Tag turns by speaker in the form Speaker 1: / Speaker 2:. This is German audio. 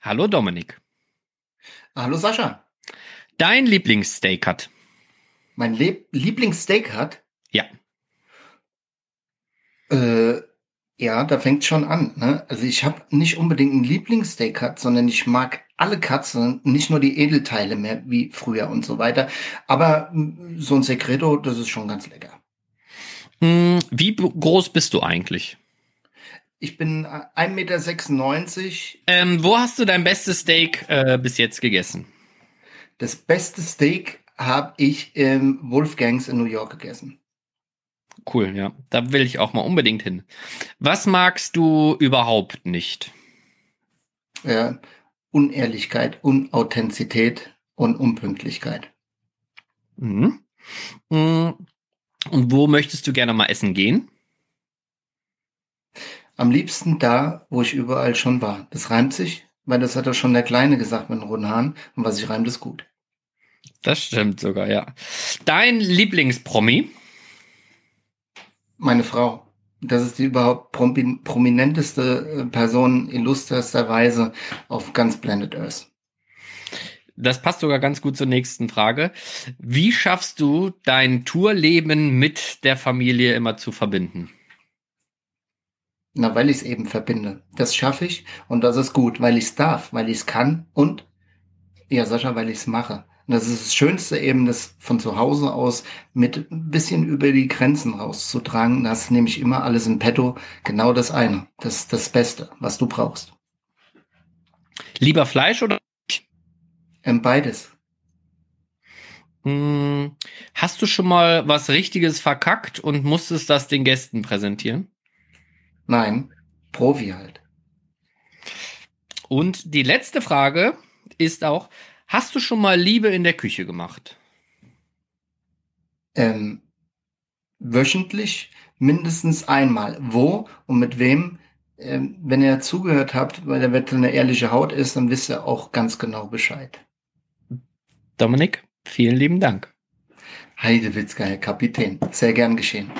Speaker 1: Hallo Dominik.
Speaker 2: Hallo Sascha.
Speaker 1: Dein Lieblingssteak hat.
Speaker 2: Mein Le Lieblingssteak hat?
Speaker 1: Ja.
Speaker 2: Äh, ja, da fängt schon an. Ne? Also ich habe nicht unbedingt einen Lieblingssteak cut sondern ich mag alle Cuts, sondern nicht nur die Edelteile mehr wie früher und so weiter. Aber mh, so ein Secreto, das ist schon ganz lecker.
Speaker 1: Hm, wie b- groß bist du eigentlich?
Speaker 2: Ich bin äh, 1,96 Meter.
Speaker 1: Ähm, wo hast du dein bestes Steak äh, bis jetzt gegessen?
Speaker 2: Das beste Steak habe ich im Wolfgangs in New York gegessen.
Speaker 1: Cool, ja. Da will ich auch mal unbedingt hin. Was magst du überhaupt nicht?
Speaker 2: Äh, Unehrlichkeit, Unauthentizität und Unpünktlichkeit.
Speaker 1: Mhm. Hm, Und wo möchtest du gerne mal essen gehen?
Speaker 2: Am liebsten da, wo ich überall schon war. Das reimt sich, weil das hat ja schon der Kleine gesagt mit den roten Haaren. Und was sich reimt, ist gut.
Speaker 1: Das stimmt sogar, ja. Dein Lieblingspromi?
Speaker 2: Meine Frau. Das ist die überhaupt promi- prominenteste äh, Person illustersterweise auf ganz Planet Earth.
Speaker 1: Das passt sogar ganz gut zur nächsten Frage. Wie schaffst du dein Tourleben mit der Familie immer zu verbinden?
Speaker 2: Na, weil ich es eben verbinde. Das schaffe ich und das ist gut, weil ich es darf, weil ich es kann und, ja Sascha, weil ich es mache. Und das ist das Schönste eben, das von zu Hause aus mit ein bisschen über die Grenzen rauszutragen. Das nehme ich immer alles in petto. Genau das eine. Das ist das Beste, was du brauchst.
Speaker 1: Lieber Fleisch oder?
Speaker 2: Ähm, beides.
Speaker 1: Hm, Hast du schon mal was Richtiges verkackt und musstest das den Gästen präsentieren?
Speaker 2: Nein, Profi halt.
Speaker 1: Und die letzte Frage ist auch, hast du schon mal Liebe in der Küche gemacht?
Speaker 2: Ähm, wöchentlich mindestens einmal. Wo und mit wem? Ähm, wenn ihr zugehört habt, weil der Wetter eine ehrliche Haut ist, dann wisst ihr auch ganz genau Bescheid.
Speaker 1: Dominik, vielen lieben Dank.
Speaker 2: Heidewitzka, Herr Kapitän. Sehr gern geschehen.